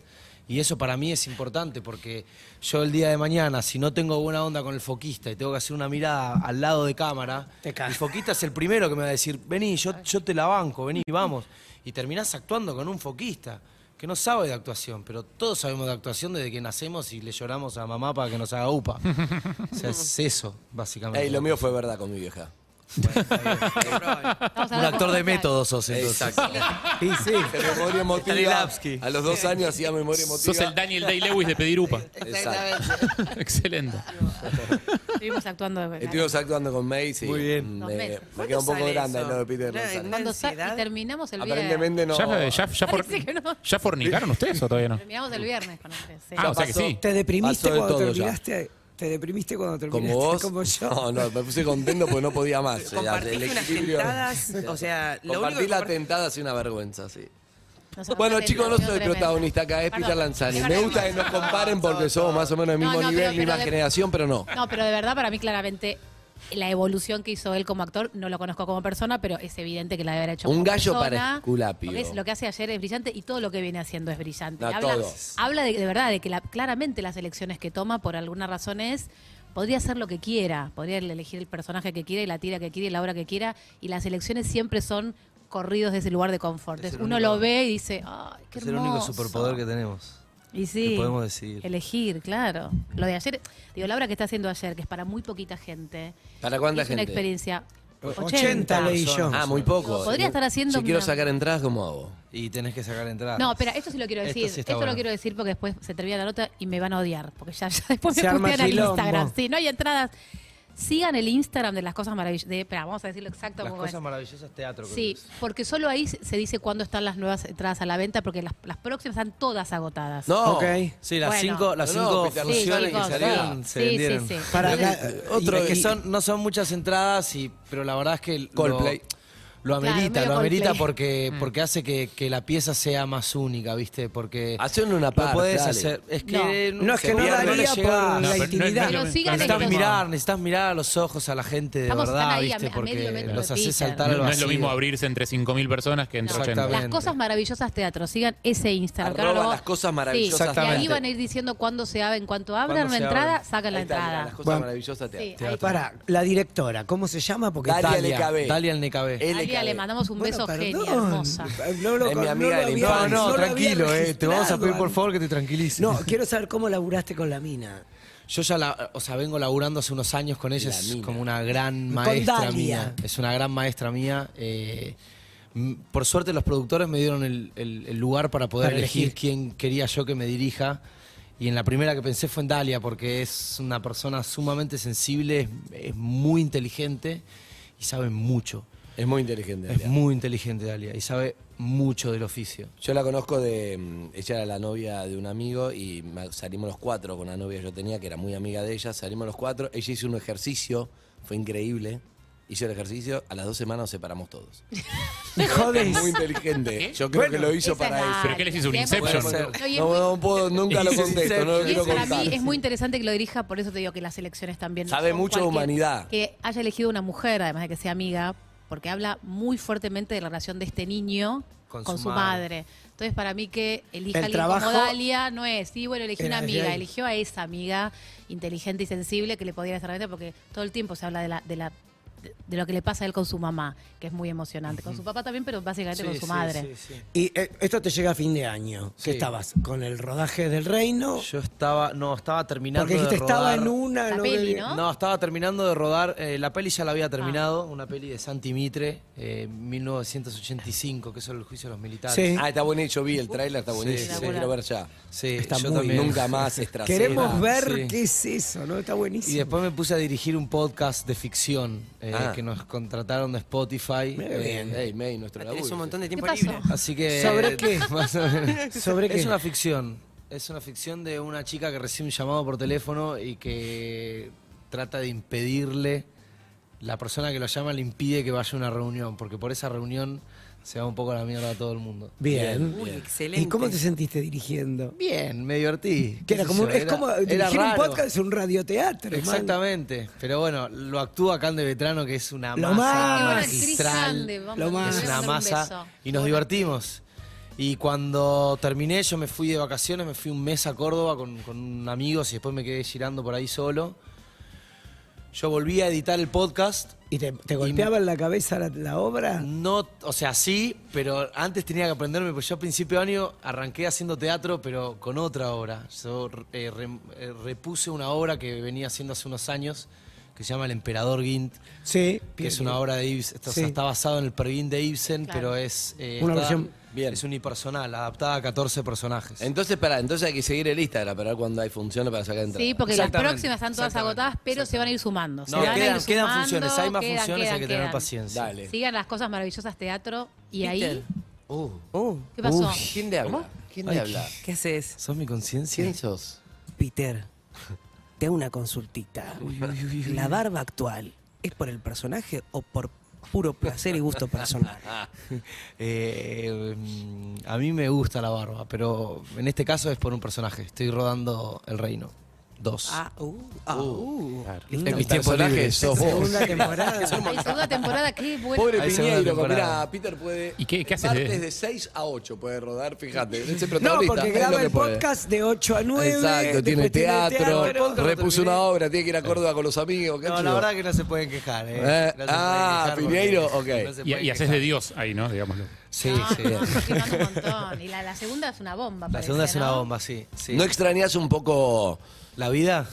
Speaker 3: Y eso para mí es importante porque yo el día de mañana, si no tengo buena onda con el foquista y tengo que hacer una mirada al lado de cámara,
Speaker 7: Te cae.
Speaker 3: el foquista es el primero que me va a decir, vení, yo, yo te la banco, vení, vamos. Y terminás actuando con un foquista que no sabe de actuación, pero todos sabemos de actuación desde que nacemos y le lloramos a mamá para que nos haga upa. O sea, es eso, básicamente.
Speaker 2: Ey, lo mío fue verdad con mi vieja.
Speaker 5: Estamos
Speaker 3: Un
Speaker 5: hablando
Speaker 3: actor de
Speaker 5: con-
Speaker 3: método sos entonces.
Speaker 2: Exacto.
Speaker 3: Sí,
Speaker 2: [laughs]
Speaker 3: sí.
Speaker 2: De memoria emotiva.
Speaker 3: Stanislavski.
Speaker 2: A los dos años hacía memoria emotiva.
Speaker 4: Sos el Daniel Day-Lewis de pedir upa.
Speaker 2: Exacto.
Speaker 4: Excelente.
Speaker 5: Estuvimos actuando de
Speaker 2: Estuvimos actuando con May, sí.
Speaker 3: Muy bien.
Speaker 5: Dos
Speaker 2: Me,
Speaker 5: meses.
Speaker 2: me queda un poco
Speaker 1: sale
Speaker 2: grande
Speaker 1: eso?
Speaker 2: el de Peter
Speaker 1: Una-
Speaker 2: Lanzani.
Speaker 1: una-
Speaker 5: Cuando sa-
Speaker 1: ansiedad.
Speaker 5: y terminamos el viernes.
Speaker 2: Aparentemente no.
Speaker 4: ¿Ya, ya, ya for-
Speaker 5: Parece que no.
Speaker 4: ¿Ya fornicaron ustedes o todavía no?
Speaker 5: Terminamos el viernes con este. sí.
Speaker 4: Ah, o sea que
Speaker 2: pasó.
Speaker 4: sí.
Speaker 7: Te deprimiste
Speaker 2: Pasó de
Speaker 7: cuando
Speaker 2: todo ya.
Speaker 7: terminaste. Te deprimiste cuando terminaste.
Speaker 2: Como vos.
Speaker 7: Como yo.
Speaker 2: No, no, me puse contento porque no podía más. O sea, el
Speaker 1: Compartiste unas
Speaker 2: equilibrio- [laughs]
Speaker 7: [laughs]
Speaker 1: tentadas, o sea, lo único
Speaker 2: Compartir
Speaker 1: que
Speaker 2: la
Speaker 1: compart-
Speaker 2: tentada es una vergüenza, sí.
Speaker 5: Nos agarró
Speaker 2: Bueno,
Speaker 5: una
Speaker 2: chicos, no
Speaker 5: tentación
Speaker 2: soy
Speaker 5: tremenda.
Speaker 2: protagonista acá, es Peter
Speaker 5: Perdón.
Speaker 2: Lanzani.
Speaker 5: Déjame
Speaker 2: Me gusta que
Speaker 5: terminar.
Speaker 2: nos comparen porque somos más o menos del
Speaker 5: No,
Speaker 2: mismo
Speaker 5: no,
Speaker 2: nivel,
Speaker 5: pero-
Speaker 2: misma
Speaker 5: pero de-
Speaker 2: generación, pero no.
Speaker 5: No, pero de verdad, para mí, claramente, la evolución que hizo él como actor, no lo conozco como persona, pero es evidente que la debe haber hecho
Speaker 2: Un
Speaker 5: como
Speaker 2: gallo
Speaker 5: persona,
Speaker 2: paresculapio.
Speaker 5: porque es- Lo que hace ayer es brillante y todo lo que viene haciendo es brillante.
Speaker 2: No,
Speaker 5: habla
Speaker 2: todo.
Speaker 5: habla de, de verdad de que la- claramente las elecciones que toma, por alguna razón, es. Podría hacer lo que quiera, podría elegir el personaje que quiera y la tira que quiera y la obra que quiera, y las elecciones siempre son corridos de ese lugar de confort.
Speaker 3: Es el
Speaker 5: Entonces, uno
Speaker 3: único-
Speaker 5: lo ve y dice, ¡ay, qué
Speaker 3: Es el único
Speaker 5: hermoso!
Speaker 3: superpoder que tenemos.
Speaker 5: Y sí,
Speaker 3: que podemos decidir.
Speaker 5: elegir, claro. Lo de ayer, digo, la obra que está haciendo ayer, que es para muy poquita gente.
Speaker 2: ¿Para cuánta
Speaker 5: es una
Speaker 2: gente?
Speaker 5: experiencia.
Speaker 7: 80
Speaker 5: 80.
Speaker 7: leí yo.
Speaker 2: Ah, muy poco.
Speaker 5: Podría estar haciendo
Speaker 2: Si quiero
Speaker 5: una-
Speaker 2: sacar entradas, ¿cómo hago?
Speaker 3: Y tenés que sacar entradas.
Speaker 5: No, espera, esto sí lo quiero
Speaker 3: Esto
Speaker 5: decir. Esto,
Speaker 3: sí está bueno.
Speaker 5: lo quiero decir porque después se termina la nota y me van a odiar. Porque ya, [laughs] ya después
Speaker 7: Se
Speaker 5: me
Speaker 7: arma
Speaker 5: putean al
Speaker 7: quilombo.
Speaker 5: Instagram. Sí, no hay entradas. Sigan el Instagram de las cosas maravillosas. Espera, vamos a decirlo exacto.
Speaker 3: Las
Speaker 5: cómo
Speaker 3: cosas
Speaker 5: es.
Speaker 3: maravillosas teatro. creo
Speaker 5: Sí,
Speaker 3: que es.
Speaker 5: porque solo ahí se se dice cuándo están las nuevas entradas a la venta, porque las, las próximas están todas agotadas.
Speaker 2: No.
Speaker 7: Ok.
Speaker 3: Sí, las
Speaker 5: Bueno.
Speaker 3: cinco, las
Speaker 2: No, no,
Speaker 3: cinco
Speaker 2: Peter
Speaker 5: sí,
Speaker 3: funciones que
Speaker 5: chicos,
Speaker 3: salieron se
Speaker 5: sí, sí,
Speaker 3: vendieron.
Speaker 5: sí, sí.
Speaker 7: Para
Speaker 3: Para
Speaker 7: acá,
Speaker 3: otro
Speaker 2: y-
Speaker 3: que son, no son muchas entradas, y, pero la verdad es que lo-
Speaker 2: Coldplay. Mm.
Speaker 3: lo,
Speaker 5: Claro,
Speaker 3: amerita,
Speaker 5: medio
Speaker 3: lo amerita
Speaker 5: Coldplay.
Speaker 3: porque, porque hace que, que la pieza sea más única, ¿viste? Porque
Speaker 2: Hacen una
Speaker 3: lo
Speaker 2: parte,
Speaker 3: puedes
Speaker 2: dale.
Speaker 3: hacer. Es que
Speaker 7: No, es
Speaker 3: se
Speaker 7: que no
Speaker 3: pierde,
Speaker 7: daría
Speaker 3: le
Speaker 7: por
Speaker 3: llega.
Speaker 7: la
Speaker 4: pero
Speaker 7: intimidad.
Speaker 4: lo
Speaker 5: Pero
Speaker 4: mismo.
Speaker 5: sigan
Speaker 4: No es
Speaker 5: el
Speaker 4: lo
Speaker 3: Necesitas
Speaker 4: mismo.
Speaker 3: mirar, necesitas mirar a los ojos a la gente de
Speaker 5: Estamos-
Speaker 3: verdad,
Speaker 5: están ahí a-
Speaker 3: ¿viste?
Speaker 5: a medio
Speaker 3: Porque
Speaker 5: metro de
Speaker 3: los hace
Speaker 5: Peter.
Speaker 3: saltar al
Speaker 4: No, no es lo
Speaker 3: vacío.
Speaker 4: mismo abrirse entre 5.000 personas que entre
Speaker 3: No.
Speaker 4: 80.
Speaker 5: Las cosas maravillosas teatro. Sigan ese Instagram. que ahora
Speaker 2: Arroba
Speaker 5: lo-
Speaker 2: las cosas maravillosas
Speaker 5: Sí, y ahí
Speaker 2: teatro.
Speaker 5: van a ir diciendo cuándo se abre. En cuanto abran
Speaker 3: Cuándo
Speaker 5: una
Speaker 3: se
Speaker 5: entrada,
Speaker 3: abre.
Speaker 5: sacan la
Speaker 2: Ahí está, mirá,
Speaker 5: entrada.
Speaker 2: Las cosas
Speaker 7: Bueno.
Speaker 2: maravillosas te
Speaker 5: Sí,
Speaker 2: hacen.
Speaker 5: ahí-
Speaker 7: Para, la directora, ¿cómo se llama? Porque
Speaker 2: Dalia
Speaker 7: está-
Speaker 2: Dalia LKB.
Speaker 3: Dalia el NKB.
Speaker 5: Dalia,
Speaker 2: LKB.
Speaker 5: le mandamos un
Speaker 7: Bueno,
Speaker 5: beso
Speaker 7: perdón.
Speaker 5: genia, hermosa.
Speaker 7: No lo,
Speaker 2: Es mi
Speaker 7: no
Speaker 2: amiga
Speaker 7: lo
Speaker 2: de la
Speaker 7: había-
Speaker 3: No,
Speaker 2: infancia.
Speaker 7: lo
Speaker 3: no,
Speaker 7: había
Speaker 3: tranquilo, eh. Te vamos a pedir
Speaker 7: registrado.
Speaker 3: por favor que te tranquilices.
Speaker 7: No, quiero saber cómo laburaste con la mina.
Speaker 3: Yo ya la, o sea, vengo laburando hace unos años con ella,
Speaker 2: La
Speaker 3: es
Speaker 2: mina.
Speaker 3: como una gran
Speaker 7: Con
Speaker 3: maestra
Speaker 7: Dalia.
Speaker 3: mía. Es una gran maestra mía. eh, m- por suerte los productores me dieron el, el- el lugar para poder
Speaker 7: Para
Speaker 3: elegir,
Speaker 7: elegir.
Speaker 3: quién quería yo que me dirija. Y en la primera que pensé fue en Dalia, porque es una persona sumamente sensible, es, es muy inteligente y sabe mucho.
Speaker 2: Es muy inteligente.
Speaker 3: Es
Speaker 2: Dalia.
Speaker 3: muy inteligente Dalia y sabe mucho del oficio.
Speaker 2: Yo la conozco de. mm, Ella era la novia de un amigo y ma- salimos los cuatro con la novia que yo tenía, que era muy amiga de ella. Salimos los cuatro. Ella hizo un ejercicio, fue increíble. hizo el ejercicio, a las dos semanas nos separamos todos.
Speaker 7: Me jodes.
Speaker 2: Muy inteligente.
Speaker 4: ¿Qué?
Speaker 2: Yo creo que lo
Speaker 5: Esa
Speaker 2: hizo
Speaker 5: es
Speaker 2: para
Speaker 5: la-
Speaker 2: eso.
Speaker 4: ¿Pero qué les hizo? ¿Un
Speaker 5: Sí,
Speaker 4: Inception?
Speaker 5: porque-
Speaker 2: Puede ser.
Speaker 4: Exception.
Speaker 5: No, y es muy-
Speaker 2: No, no puedo, nunca lo
Speaker 3: Hizo
Speaker 2: contesto, no lo
Speaker 5: Y
Speaker 2: quiero
Speaker 5: eso para mí
Speaker 2: contar.
Speaker 5: es muy interesante que lo dirija, por eso te digo que las elecciones también. no
Speaker 2: Sabe
Speaker 5: son
Speaker 2: mucho de
Speaker 5: cualquier-
Speaker 2: humanidad.
Speaker 5: Que haya elegido una mujer, además de que sea amiga, porque habla muy fuertemente de la relación de este niño con, su, madre. Entonces, para mí que elija
Speaker 7: El
Speaker 5: alguien como
Speaker 7: trabajo
Speaker 5: Dalia no es, sí, bueno, eligió una
Speaker 7: era de
Speaker 5: amiga,
Speaker 7: ahí.
Speaker 5: eligió a esa amiga inteligente y sensible que le podía hacer frente, porque todo el tiempo se habla de la... De la de- de lo que le pasa a él con su mamá, que es muy emocionante. Con su papá también, pero básicamente con su madre.
Speaker 7: Y eh, esto te llega a fin de año.
Speaker 3: Sí.
Speaker 7: ¿Qué estabas? ¿Con el rodaje del reino?
Speaker 3: Yo estaba, no, Oh. estaba terminando
Speaker 7: Porque dijiste,
Speaker 3: de rodar.
Speaker 7: estaba en una...
Speaker 5: La
Speaker 7: no
Speaker 5: peli,
Speaker 7: debía-
Speaker 5: ¿no? Ah.
Speaker 3: No, estaba terminando de rodar, eh, la peli ya la había terminado, una peli de Santi Mitre, eh, 1985, que es el juicio de los militares.
Speaker 7: Sí.
Speaker 2: Ah, está buen hecho, vi el tráiler, está buenísimo.
Speaker 5: sí.
Speaker 2: lo Quiero ver ya.
Speaker 3: Sí,
Speaker 7: Está
Speaker 3: yo
Speaker 7: muy
Speaker 3: también.
Speaker 7: bien.
Speaker 2: Nunca más extras.
Speaker 7: Queremos ver
Speaker 3: sí.
Speaker 7: qué es eso, ¿no? Está buenísimo.
Speaker 3: Y después me puse a dirigir un podcast de ficción eh,
Speaker 2: Ah.
Speaker 3: que nos contrataron de Spotify. eh,
Speaker 2: Hey, May, nuestro laburo.
Speaker 1: Tenés un montón de
Speaker 5: ¿Qué
Speaker 1: tiempo
Speaker 5: pasó?
Speaker 1: libre.
Speaker 3: Así que.
Speaker 7: ¿Sobre qué?
Speaker 3: [laughs] Más o menos.
Speaker 7: ¿Sobre qué?
Speaker 3: Es una ficción. Es una ficción de una chica que recibe un llamado por teléfono y que trata de impedirle. La persona que lo llama le impide que vaya a una reunión, porque por esa reunión se va un poco a la mierda a todo el mundo.
Speaker 7: Bien.
Speaker 1: Uy,
Speaker 7: Bien.
Speaker 1: excelente.
Speaker 7: ¿Y cómo te sentiste dirigiendo?
Speaker 3: Bien, me divertí.
Speaker 7: Que era
Speaker 3: qué
Speaker 7: como,
Speaker 3: sé
Speaker 7: un-
Speaker 3: yo,
Speaker 7: es como dirigir un
Speaker 3: raro.
Speaker 7: podcast, es un radioteatro. man.
Speaker 3: Exactamente. Pero bueno, lo actúa Cande Vetrano, que es una
Speaker 7: Lo
Speaker 3: masa
Speaker 7: más.
Speaker 5: Qué buena actriz
Speaker 3: Ah, magistral.
Speaker 5: grande, vamos
Speaker 7: Lo
Speaker 5: a
Speaker 7: más.
Speaker 5: darle
Speaker 3: Es una
Speaker 5: un
Speaker 3: masa.
Speaker 5: beso.
Speaker 3: Y nos divertimos. Y cuando terminé, yo me fui de vacaciones, me fui un mes a Córdoba con, con amigos y después me quedé girando por ahí solo. Yo volví a editar el podcast.
Speaker 7: ¿Y te, te golpeaba en la cabeza la, la obra?
Speaker 3: No, o sea, sí, pero antes tenía que aprenderme, porque yo a principio de año arranqué haciendo teatro, pero con otra obra. Yo eh, re- eh, repuse una obra que venía haciendo hace unos años, que se llama El Emperador Gint,
Speaker 7: Sí.
Speaker 3: que es una obra de Ibsen, está, o sea,
Speaker 7: Sí.
Speaker 3: está basado en el Per Gint de Ibsen,
Speaker 5: Claro.
Speaker 3: pero es, eh,
Speaker 7: Una
Speaker 3: está-
Speaker 7: versión-
Speaker 2: Bien.
Speaker 3: es unipersonal, adaptada a 14 personajes.
Speaker 2: Entonces, pará, entonces hay que seguir el Instagram para ver cuándo hay funciones para sacar entradas.
Speaker 5: Sí, porque las
Speaker 3: Exactamente,
Speaker 5: próximas están todas
Speaker 3: exactamente,
Speaker 5: agotadas, pero se van a ir sumando. se
Speaker 3: No,
Speaker 5: van a ir
Speaker 3: quedan- quedan
Speaker 5: sumando,
Speaker 3: funciones, hay más
Speaker 5: quedan,
Speaker 3: funciones,
Speaker 5: quedan,
Speaker 3: hay que tener
Speaker 5: quedan.
Speaker 3: paciencia.
Speaker 2: Dale.
Speaker 5: Sigan las cosas maravillosas teatro y ahí.
Speaker 2: Uh,
Speaker 1: Oh,
Speaker 5: ¿Qué pasó?
Speaker 2: Uy, ¿Quién le habla? ¿Quién le habla?
Speaker 1: ¿Qué haces?
Speaker 3: ¿Sos mi conciencia?
Speaker 2: ¿Quién sos?
Speaker 1: Peter, te hago una consultita. ¿La barba actual es por el personaje o por puro placer y gusto personal?
Speaker 3: Eh, mm, a mí me gusta la barba, pero en este caso es por un personaje. Estoy rodando El Reino 2.
Speaker 1: Ah, uh, ah, uh. Listo.
Speaker 2: En mis tiempos libres sos vos.
Speaker 3: [laughs]
Speaker 7: Segunda temporada.
Speaker 5: Ay, segunda temporada, qué bueno.
Speaker 2: Pobre
Speaker 3: Hay segunda
Speaker 2: Piñeiro, que
Speaker 3: temporada.
Speaker 2: mirá, Peter puede.
Speaker 4: ¿Y qué- qué haces de-
Speaker 2: Martes de... 6 a 8 puede rodar, fíjate. Es el
Speaker 7: No,
Speaker 2: protagonista.
Speaker 7: porque
Speaker 2: es lo
Speaker 7: graba
Speaker 2: que
Speaker 7: el
Speaker 2: puede.
Speaker 7: podcast de 8 a 9.
Speaker 2: Exacto, tiene
Speaker 7: después
Speaker 2: teatro,
Speaker 3: teatro.
Speaker 2: repuso una obra, tiene que ir a Córdoba con los amigos. qué
Speaker 3: No, la
Speaker 2: chido.
Speaker 3: verdad que no se pueden quejar. eh.
Speaker 2: Eh,
Speaker 3: No se
Speaker 2: ah,
Speaker 3: pueden quejar
Speaker 2: Piñeiro,
Speaker 3: porque
Speaker 2: ok.
Speaker 3: no se
Speaker 4: Y,
Speaker 3: pueden
Speaker 4: y haces
Speaker 3: quejar.
Speaker 4: de Dios ahí, ¿no? Digámoslo.
Speaker 3: [laughs] Sí,
Speaker 5: No,
Speaker 3: sí.
Speaker 5: no, estoy quemando un montón. Y la, la segunda es una bomba.
Speaker 3: La
Speaker 5: parece,
Speaker 3: segunda es una
Speaker 5: ¿no?
Speaker 3: bomba, sí. sí.
Speaker 2: ¿No extrañas un poco,
Speaker 3: ¿La vida?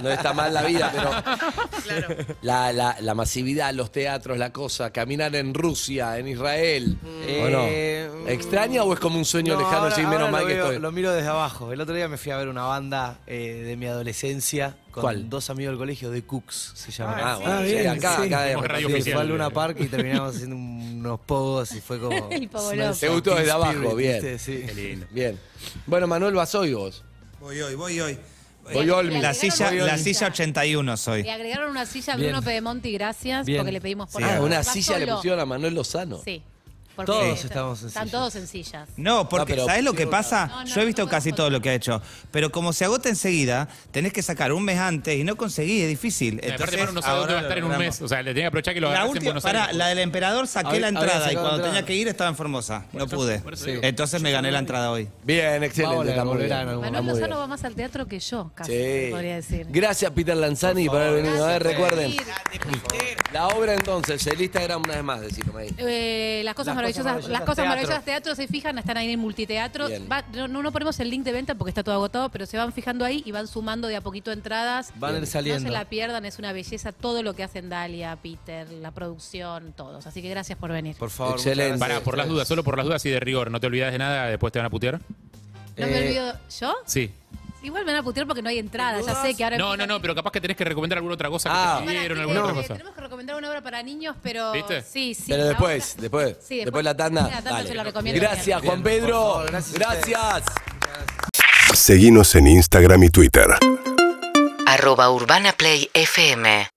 Speaker 2: no está mal la vida, pero la, la- la masividad, los teatros, la cosa, caminar en Rusia, en Israel? ¿o no?
Speaker 3: Eh,
Speaker 2: ¿Extraña o es como un sueño
Speaker 3: No,
Speaker 2: lejano,
Speaker 3: ahora-
Speaker 2: sí, menos
Speaker 3: ahora
Speaker 2: mal
Speaker 3: lo
Speaker 2: que
Speaker 3: veo-
Speaker 2: estoy?
Speaker 3: Lo miro desde abajo. El otro día me fui a ver una banda eh, de mi adolescencia con
Speaker 2: ¿Cuál?
Speaker 3: dos amigos del colegio, de Cooks se llama.
Speaker 2: Ah, bueno,
Speaker 7: Ah,
Speaker 2: sí,
Speaker 7: bien,
Speaker 2: acá,
Speaker 7: sí.
Speaker 2: acá de
Speaker 4: Como radio
Speaker 2: repente.
Speaker 4: oficial.
Speaker 3: Fue al Luna Park y terminamos haciendo unos pogos y fue como.
Speaker 5: El pogo
Speaker 3: Smells
Speaker 5: loco.
Speaker 2: Te gustó
Speaker 3: like
Speaker 2: desde
Speaker 3: Teen
Speaker 2: abajo,
Speaker 3: Spirit,
Speaker 2: bien.
Speaker 3: ¿viste? Sí.
Speaker 4: Qué lindo.
Speaker 2: Bien. Bueno, Manuel Basoy vos.
Speaker 8: Voy hoy, voy hoy.
Speaker 2: Voy Olmi.
Speaker 5: La
Speaker 6: La silla,
Speaker 5: agregaron
Speaker 6: la
Speaker 5: una
Speaker 6: silla 81 soy.
Speaker 5: Le agregaron una silla a
Speaker 3: Bien.
Speaker 5: Bruno Pedemonti, gracias,
Speaker 3: Bien.
Speaker 5: porque le pedimos por
Speaker 6: Sí,
Speaker 2: Ah,
Speaker 5: favor.
Speaker 2: una
Speaker 5: Va
Speaker 2: silla le
Speaker 5: solo.
Speaker 2: pusieron a Manuel Lozano.
Speaker 5: Sí. porque
Speaker 3: Todos
Speaker 5: está-
Speaker 3: estamos en
Speaker 5: Están
Speaker 3: silla.
Speaker 5: todos en sillas.
Speaker 6: No, porque
Speaker 2: No, pero
Speaker 6: ¿sabes lo que
Speaker 2: pusieron
Speaker 6: pasa?
Speaker 5: No, no,
Speaker 6: Yo he visto
Speaker 5: no
Speaker 6: casi
Speaker 5: conozco.
Speaker 6: todo lo que ha hecho, pero como se agota enseguida, tenés que sacar un mes antes y no conseguí, es difícil.
Speaker 4: Eh, Aparte,
Speaker 6: Entonces,
Speaker 4: Manu no sabe dónde
Speaker 6: ahora
Speaker 4: va a estar en un
Speaker 6: logramos.
Speaker 4: mes. O sea, le tenía que aprovechar que lo
Speaker 6: La
Speaker 4: agarras en
Speaker 6: última,
Speaker 4: Buenos
Speaker 6: pará,
Speaker 4: Aires.
Speaker 6: la del emperador saqué
Speaker 3: Había-
Speaker 6: la
Speaker 3: había
Speaker 6: entrada y
Speaker 3: sacado
Speaker 6: cuando
Speaker 3: entrada.
Speaker 6: tenía que ir estaba en Formosa. No pude.
Speaker 4: por eso
Speaker 3: Sí.
Speaker 4: digo.
Speaker 6: Entonces me gané la entrada hoy.
Speaker 2: Bien, excelente.
Speaker 3: Vamos a
Speaker 2: está muy
Speaker 3: volver
Speaker 2: bien.
Speaker 3: a algún
Speaker 5: Manuel
Speaker 2: Está muy
Speaker 5: Lozano
Speaker 2: bien.
Speaker 5: va más al teatro que yo, casi,
Speaker 2: Sí.
Speaker 5: podría decir.
Speaker 2: Gracias, Peter Lanzani, por, haber venido. A ver,
Speaker 5: Gracias por
Speaker 2: recuerden.
Speaker 5: venir.
Speaker 2: La obra entonces, el Instagram una vez más, decímosme ahí.
Speaker 5: Eh, las cosas maravillosas, las cosas maravillosas teatro se fijan, están ahí en el multiteatro.
Speaker 2: Bien.
Speaker 5: Va- no, no- no ponemos el link de venta porque está todo agotado, pero se van fijando ahí y van sumando de a poquito entradas.
Speaker 3: Van a ir
Speaker 5: No
Speaker 3: saliendo.
Speaker 5: se la pierdan, es una belleza todo lo que hacen Dalia, Peter, la producción, todos. Así que gracias por venir.
Speaker 3: Por favor. muchas
Speaker 2: Excelente.
Speaker 3: gracias.
Speaker 4: Pará, por las dudas, solo por las dudas y de rigor. No te olvidas de nada, después te van a putear.
Speaker 5: no me
Speaker 3: Eh,
Speaker 5: olvido. ¿Yo?
Speaker 4: Sí.
Speaker 5: Igual me van a putear porque no hay entradas, ya sé que ahora.
Speaker 4: No, no,
Speaker 5: empiezan-
Speaker 4: no, pero capaz que tenés que recomendar alguna otra cosa
Speaker 2: Ah.
Speaker 4: que
Speaker 5: Pará,
Speaker 4: te pidieron,
Speaker 5: sí,
Speaker 4: alguna
Speaker 5: eh,
Speaker 4: otra cosa.
Speaker 5: Tenemos que recomendar una obra para niños, pero.
Speaker 4: ¿Viste?
Speaker 5: Sí, sí.
Speaker 2: Pero
Speaker 5: la
Speaker 2: después,
Speaker 5: otra-
Speaker 2: después,
Speaker 5: Sí,
Speaker 2: después, la tanda.
Speaker 5: Sí, la tanda
Speaker 2: dale.
Speaker 5: se la recomiendo.
Speaker 2: Gracias, Juan Pedro.
Speaker 3: favor,
Speaker 2: gracias.
Speaker 3: gracias
Speaker 9: Seguinos en Instagram y Twitter.
Speaker 10: arroba Urbana Play FM